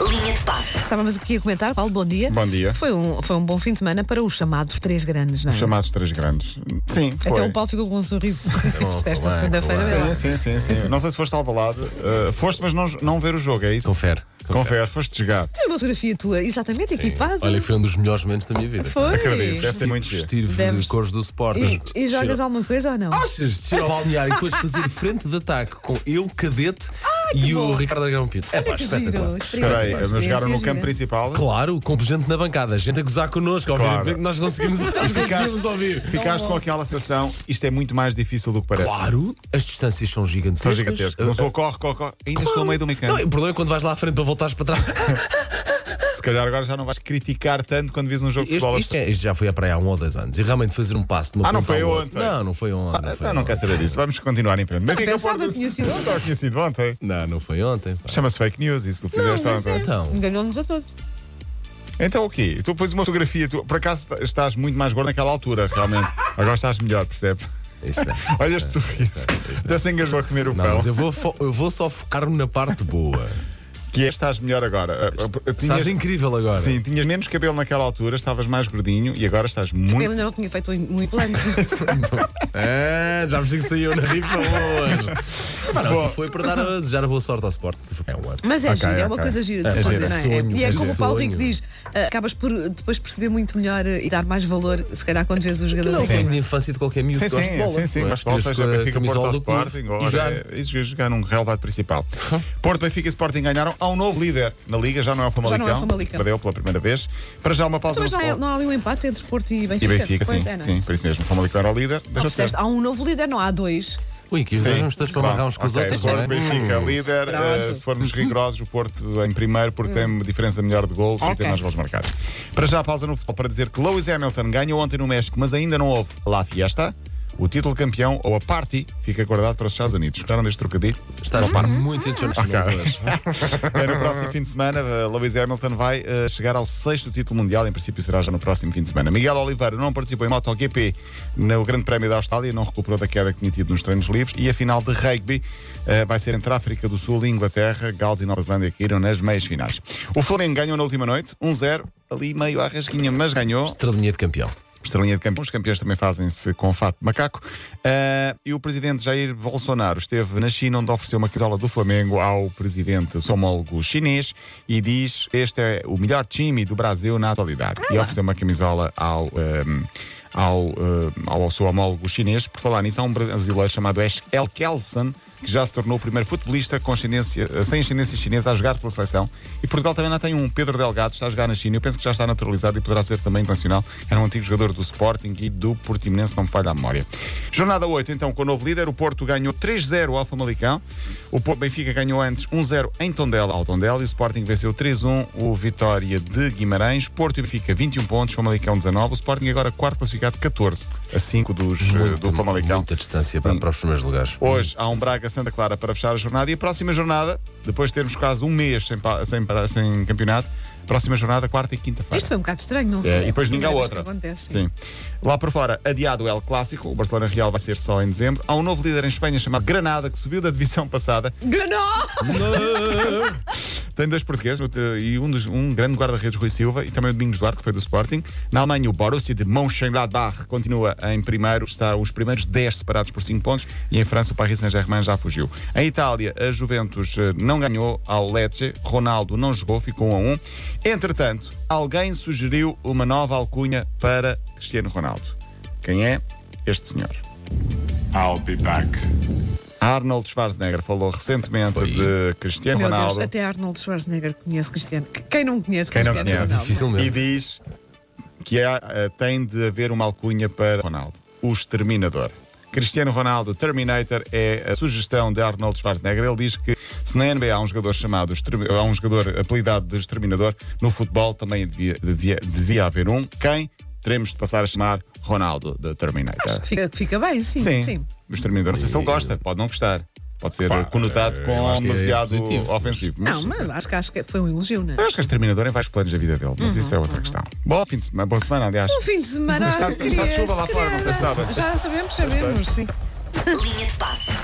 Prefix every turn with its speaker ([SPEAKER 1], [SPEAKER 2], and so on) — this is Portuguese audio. [SPEAKER 1] Linha de passe.
[SPEAKER 2] Estávamos aqui a comentar, Paulo, bom dia.
[SPEAKER 3] Bom dia.
[SPEAKER 2] Foi um, foi um bom fim de semana para os chamados três grandes, não é?
[SPEAKER 3] Chamados três grandes. Sim, foi.
[SPEAKER 2] Até o Paulo ficou com um sorriso
[SPEAKER 4] bom,
[SPEAKER 2] esta
[SPEAKER 4] bom,
[SPEAKER 2] segunda-feira.
[SPEAKER 4] bom.
[SPEAKER 2] vê lá.
[SPEAKER 3] Sim, sim, sim, sim. Não sei se foste ao balado. foste, mas não, não ver o jogo, é isso?
[SPEAKER 4] Confere.
[SPEAKER 3] Confere, foste jogar.
[SPEAKER 2] Tem uma fotografia tua, exatamente equipada.
[SPEAKER 4] Olha, que foi um dos melhores momentos da minha vida.
[SPEAKER 2] Foi.
[SPEAKER 3] Acredito, é deve ter muito giro.
[SPEAKER 4] Vestir
[SPEAKER 2] Deves-
[SPEAKER 4] de cores do Sporting.
[SPEAKER 2] E, e jogas
[SPEAKER 4] Cheiro-
[SPEAKER 2] alguma coisa ou não?
[SPEAKER 3] Ah,
[SPEAKER 4] Achas de cheiro ao balneário e depois fazer frente de ataque com eu, cadete e
[SPEAKER 2] bom.
[SPEAKER 4] o Ricardo Aragão Pinto. É pá,
[SPEAKER 2] que
[SPEAKER 4] espetacular.
[SPEAKER 2] giro.
[SPEAKER 3] Espera aí,
[SPEAKER 2] Experiência,
[SPEAKER 3] mas jogaram no
[SPEAKER 2] experiência
[SPEAKER 3] campo
[SPEAKER 2] gira.
[SPEAKER 3] principal.
[SPEAKER 4] Claro, com gente na bancada, gente a gozar connosco,
[SPEAKER 3] Claro.
[SPEAKER 4] obviamente é que nós conseguimos, nós conseguimos ouvir.
[SPEAKER 3] Ficaste
[SPEAKER 2] Então,
[SPEAKER 3] com aquela sensação, isto é muito mais difícil do que parece.
[SPEAKER 4] Claro, as distâncias são gigantescas.
[SPEAKER 3] São gigantescos. Não
[SPEAKER 4] Ah,
[SPEAKER 3] sou corre, corre, corre. Ainda estou
[SPEAKER 4] claro.
[SPEAKER 3] no meio do meio
[SPEAKER 4] Não,
[SPEAKER 3] campo.
[SPEAKER 4] e o problema é quando vais lá à frente para voltares para trás.
[SPEAKER 3] Se calhar agora já não vais criticar tanto quando vês um jogo de
[SPEAKER 4] Este,
[SPEAKER 3] futebol.
[SPEAKER 4] isto é- isto já foi à praia há um ou dois anos. E realmente fazer um passo de uma
[SPEAKER 3] Ah, não
[SPEAKER 4] ponta
[SPEAKER 3] foi
[SPEAKER 4] à outra-
[SPEAKER 3] ontem.
[SPEAKER 4] Não, não foi ontem.
[SPEAKER 3] Ah,
[SPEAKER 4] não, foi
[SPEAKER 3] então não
[SPEAKER 4] ontem.
[SPEAKER 3] quer saber disso. Vamos continuar em frente. Mas é fica
[SPEAKER 2] pensava
[SPEAKER 3] por-
[SPEAKER 2] que tinha sido ontem.
[SPEAKER 3] Não, tinha sido ontem.
[SPEAKER 4] não, não foi ontem. pá.
[SPEAKER 3] Chama-se fake news, isso que fizeste
[SPEAKER 2] mas é
[SPEAKER 3] ontem.
[SPEAKER 4] Então.
[SPEAKER 2] Enganou-nos a todos.
[SPEAKER 3] Então o quê? Tu pões uma fotografia, tu, por acaso estás muito mais gordo naquela altura, realmente. Agora estás melhor, percebes?
[SPEAKER 4] Isto não.
[SPEAKER 3] Olha este sorriso. Até se engasgou a comer o
[SPEAKER 4] é. Não,
[SPEAKER 3] pão.
[SPEAKER 4] mas eu vou, fo- eu vou só focar-me na parte boa.
[SPEAKER 3] Que é, estás melhor agora. Ah, ah,
[SPEAKER 4] Estás
[SPEAKER 3] Tinhas,
[SPEAKER 4] incrível agora.
[SPEAKER 3] sim, tinhas menos cabelo naquela altura, estavas mais gordinho e agora estás
[SPEAKER 2] Ele
[SPEAKER 3] muito.
[SPEAKER 2] ainda não tinha feito um implante.
[SPEAKER 3] É,
[SPEAKER 4] Ah, já vos digo que saiu na rifa hoje. Não,
[SPEAKER 3] Bom.
[SPEAKER 4] foi para dar a desejar boa sorte ao Sporting. que foi- É um ano.
[SPEAKER 2] Mas é
[SPEAKER 3] Ok,
[SPEAKER 2] giro, é uma
[SPEAKER 3] ok.
[SPEAKER 2] coisa gira de se
[SPEAKER 4] É
[SPEAKER 2] fazer,
[SPEAKER 4] giro.
[SPEAKER 2] não é?
[SPEAKER 4] Sonho,
[SPEAKER 2] e é
[SPEAKER 4] é
[SPEAKER 2] como o Paulo
[SPEAKER 4] sonho.
[SPEAKER 2] Rico diz, ah, acabas por eh, depois perceber muito melhor eh, e dar mais valor, se calhar, quando vês os
[SPEAKER 3] é
[SPEAKER 4] Não
[SPEAKER 3] um
[SPEAKER 2] jogadores.
[SPEAKER 4] foi a minha infância de qualquer miúdo
[SPEAKER 3] Sim,
[SPEAKER 4] que gosta de
[SPEAKER 3] sim,
[SPEAKER 4] bola.
[SPEAKER 3] sim, sim.
[SPEAKER 4] não é?
[SPEAKER 3] Mas ou
[SPEAKER 4] Vestir-se
[SPEAKER 3] seja,
[SPEAKER 4] com a
[SPEAKER 3] Benfica Porto
[SPEAKER 4] camisola
[SPEAKER 3] ao
[SPEAKER 4] do clube
[SPEAKER 3] Sporting,
[SPEAKER 4] e
[SPEAKER 3] ora,
[SPEAKER 4] jogar.
[SPEAKER 3] é, isso jogar num relevado principal. Porto, Benfica e Sporting ganharam. Há um novo líder na Liga, já não é o Famalicão.
[SPEAKER 2] Já não é o Famalicão.
[SPEAKER 3] Perdeu pela primeira vez. Para já uma pausa
[SPEAKER 2] Então, mas
[SPEAKER 3] no
[SPEAKER 2] não, é-
[SPEAKER 3] futebol.
[SPEAKER 2] não há ali um empate entre Porto e
[SPEAKER 3] E
[SPEAKER 2] Benfica?
[SPEAKER 3] Benfica,
[SPEAKER 2] pois
[SPEAKER 3] sim,
[SPEAKER 2] é, não é?
[SPEAKER 3] sim, por isso mesmo. O Famalicão era o líder.
[SPEAKER 2] Não,
[SPEAKER 3] Deixa-me
[SPEAKER 2] disseste, há um novo líder, não há dois.
[SPEAKER 4] Ui, que os dois vamos todos para amarrar uns com os
[SPEAKER 3] Ok,
[SPEAKER 4] outros.
[SPEAKER 3] Porto,
[SPEAKER 4] não é?
[SPEAKER 3] Benfica, líder.
[SPEAKER 2] Pronto. Hum.
[SPEAKER 3] Eh, se formos rigorosos, o Porto em primeiro, porque tem diferença melhor de golos
[SPEAKER 2] Ok.
[SPEAKER 3] e tem mais golos marcados. Para já, a pausa no futebol para dizer que Lewis Hamilton ganhou ontem no México, mas ainda não houve La Fiesta. O título de campeão ou a party fica guardado para os Estados Unidos. Gostaram deste trocadilho?
[SPEAKER 4] Estás muito internacional
[SPEAKER 3] Ok.
[SPEAKER 4] hoje.
[SPEAKER 3] É no próximo fim de semana, eh, Lewis Hamilton vai eh, chegar ao sexto título mundial, em princípio será já no próximo fim de semana. Miguel Oliveira não participou em MotoGP no Grande Prémio da Austrália, não recuperou da queda que tinha tido nos treinos livres e a final de rugby eh, vai ser entre a África do Sul e Inglaterra, Gales e Nova Zelândia que irão nas meias finais. O Flamengo ganhou na última noite, 1-0, ali meio à rasquinha, mas ganhou.
[SPEAKER 4] Estrelinha de campeão.
[SPEAKER 3] Estrelinha de campeão. Os campeões também fazem-se com o fato de macaco. Ah, e o presidente Jair Bolsonaro esteve na China, onde ofereceu uma camisola do Flamengo ao presidente somólogo chinês e diz: Este é o melhor time do Brasil na atualidade. E ofereceu uma camisola ao. ahm, ao, ahm, ao seu homólogo chinês, por falar nisso, há um brasileiro chamado Ash- El Kelson, que já se tornou o primeiro futebolista com ascendência- eh, sem ascendência chinesa a jogar pela seleção. E Portugal também lá tem um Pedro Delgado, está a jogar na China. Eu penso que já está naturalizado e poderá ser também internacional. Era um antigo jogador do Sporting e do Portimonense, não me falha a memória. Jornada 8, então, com o novo líder. O Porto ganhou 3-0 ao Famalicão. O Porto Benfica ganhou antes 1-0 em Tondela ao Tondela. E o Sporting venceu 3-1 o Vitória de Guimarães. Porto e Benfica 21 pontos, Famalicão 19. O Sporting agora quarto classificado 14 a 5 dos, eh, do Famalicão.
[SPEAKER 4] Muita distância para, para os primeiros lugares.
[SPEAKER 3] Hoje há um Braga Santa Clara para fechar a jornada e a próxima jornada, depois de termos quase um mês sem, pa- sem, pa- sem campeonato, próxima jornada, quarta e quinta-feira.
[SPEAKER 2] Isto foi um bocado estranho, não foi?
[SPEAKER 3] É, e depois
[SPEAKER 2] A primeira
[SPEAKER 3] ninguém há
[SPEAKER 2] vez
[SPEAKER 3] outra.
[SPEAKER 2] que acontece.
[SPEAKER 3] Sim. Lá por fora, adiado o El Clássico, o Barcelona Real vai ser só em dezembro. Há um novo líder em Espanha chamado Granada, que subiu da divisão passada.
[SPEAKER 2] Ganó!
[SPEAKER 3] Tem dois portugueses outro- e um, dos- um grande guarda-redes, Rui Silva, e também o Domingos Duarte, que foi do Sporting. Na Alemanha, o Borussia de Mönchengladbach continua em primeiro, está os primeiros 10 separados por 5 pontos, e em França, o Paris Saint-Germain já fugiu. Em Itália, a Juventus eh, não ganhou ao Lecce, Ronaldo não jogou, ficou 1 a 1. Entretanto, alguém sugeriu uma nova alcunha para Cristiano Ronaldo. Quem é? Este senhor.
[SPEAKER 5] I'll be back.
[SPEAKER 3] Arnold Schwarzenegger falou recentemente
[SPEAKER 4] Foi.
[SPEAKER 3] de Cristiano
[SPEAKER 2] Meu
[SPEAKER 3] Ronaldo.
[SPEAKER 2] Deus, até Arnold Schwarzenegger conhece Cristiano. Que- Quem não conhece
[SPEAKER 3] Quem não
[SPEAKER 2] Cristiano
[SPEAKER 3] conhece?
[SPEAKER 2] Ronaldo?
[SPEAKER 3] e
[SPEAKER 4] Dificilmente.
[SPEAKER 3] diz que há, eh, tem de haver uma alcunha para Ronaldo, o exterminador. Cristiano Ronaldo Terminator é a sugestão de Arnold Schwarzenegger. Ele diz que se na NBA há um jogador chamado extermi- há um jogador apelidado de exterminador, no futebol também devia, devia, devia haver um. Quem teremos de passar a chamar Ronaldo de Terminator?
[SPEAKER 2] Fica, fica bem, sim.
[SPEAKER 3] Sim,
[SPEAKER 2] Sim.
[SPEAKER 3] o exterminador. Não sei se ele gosta, pode não gostar. Pode ser eh, conotado
[SPEAKER 4] eu
[SPEAKER 3] com
[SPEAKER 4] acho que é
[SPEAKER 3] demasiado
[SPEAKER 4] positivo, mas-
[SPEAKER 3] ofensivo.
[SPEAKER 2] Não, mas acho que, acho que foi um elogio, não é?
[SPEAKER 3] Eu acho que é exterminador em vários planos da vida dele, mas isso é outra questão. Bom fim de semana, boa semana, aliás.
[SPEAKER 2] Um fim de semana.
[SPEAKER 3] Está-
[SPEAKER 2] olha,
[SPEAKER 3] está de chuva lá
[SPEAKER 2] querias,
[SPEAKER 3] fora, não sei se
[SPEAKER 2] querida.
[SPEAKER 3] sabem.
[SPEAKER 2] Já sabemos, sabemos, sim.
[SPEAKER 1] Linha de passe.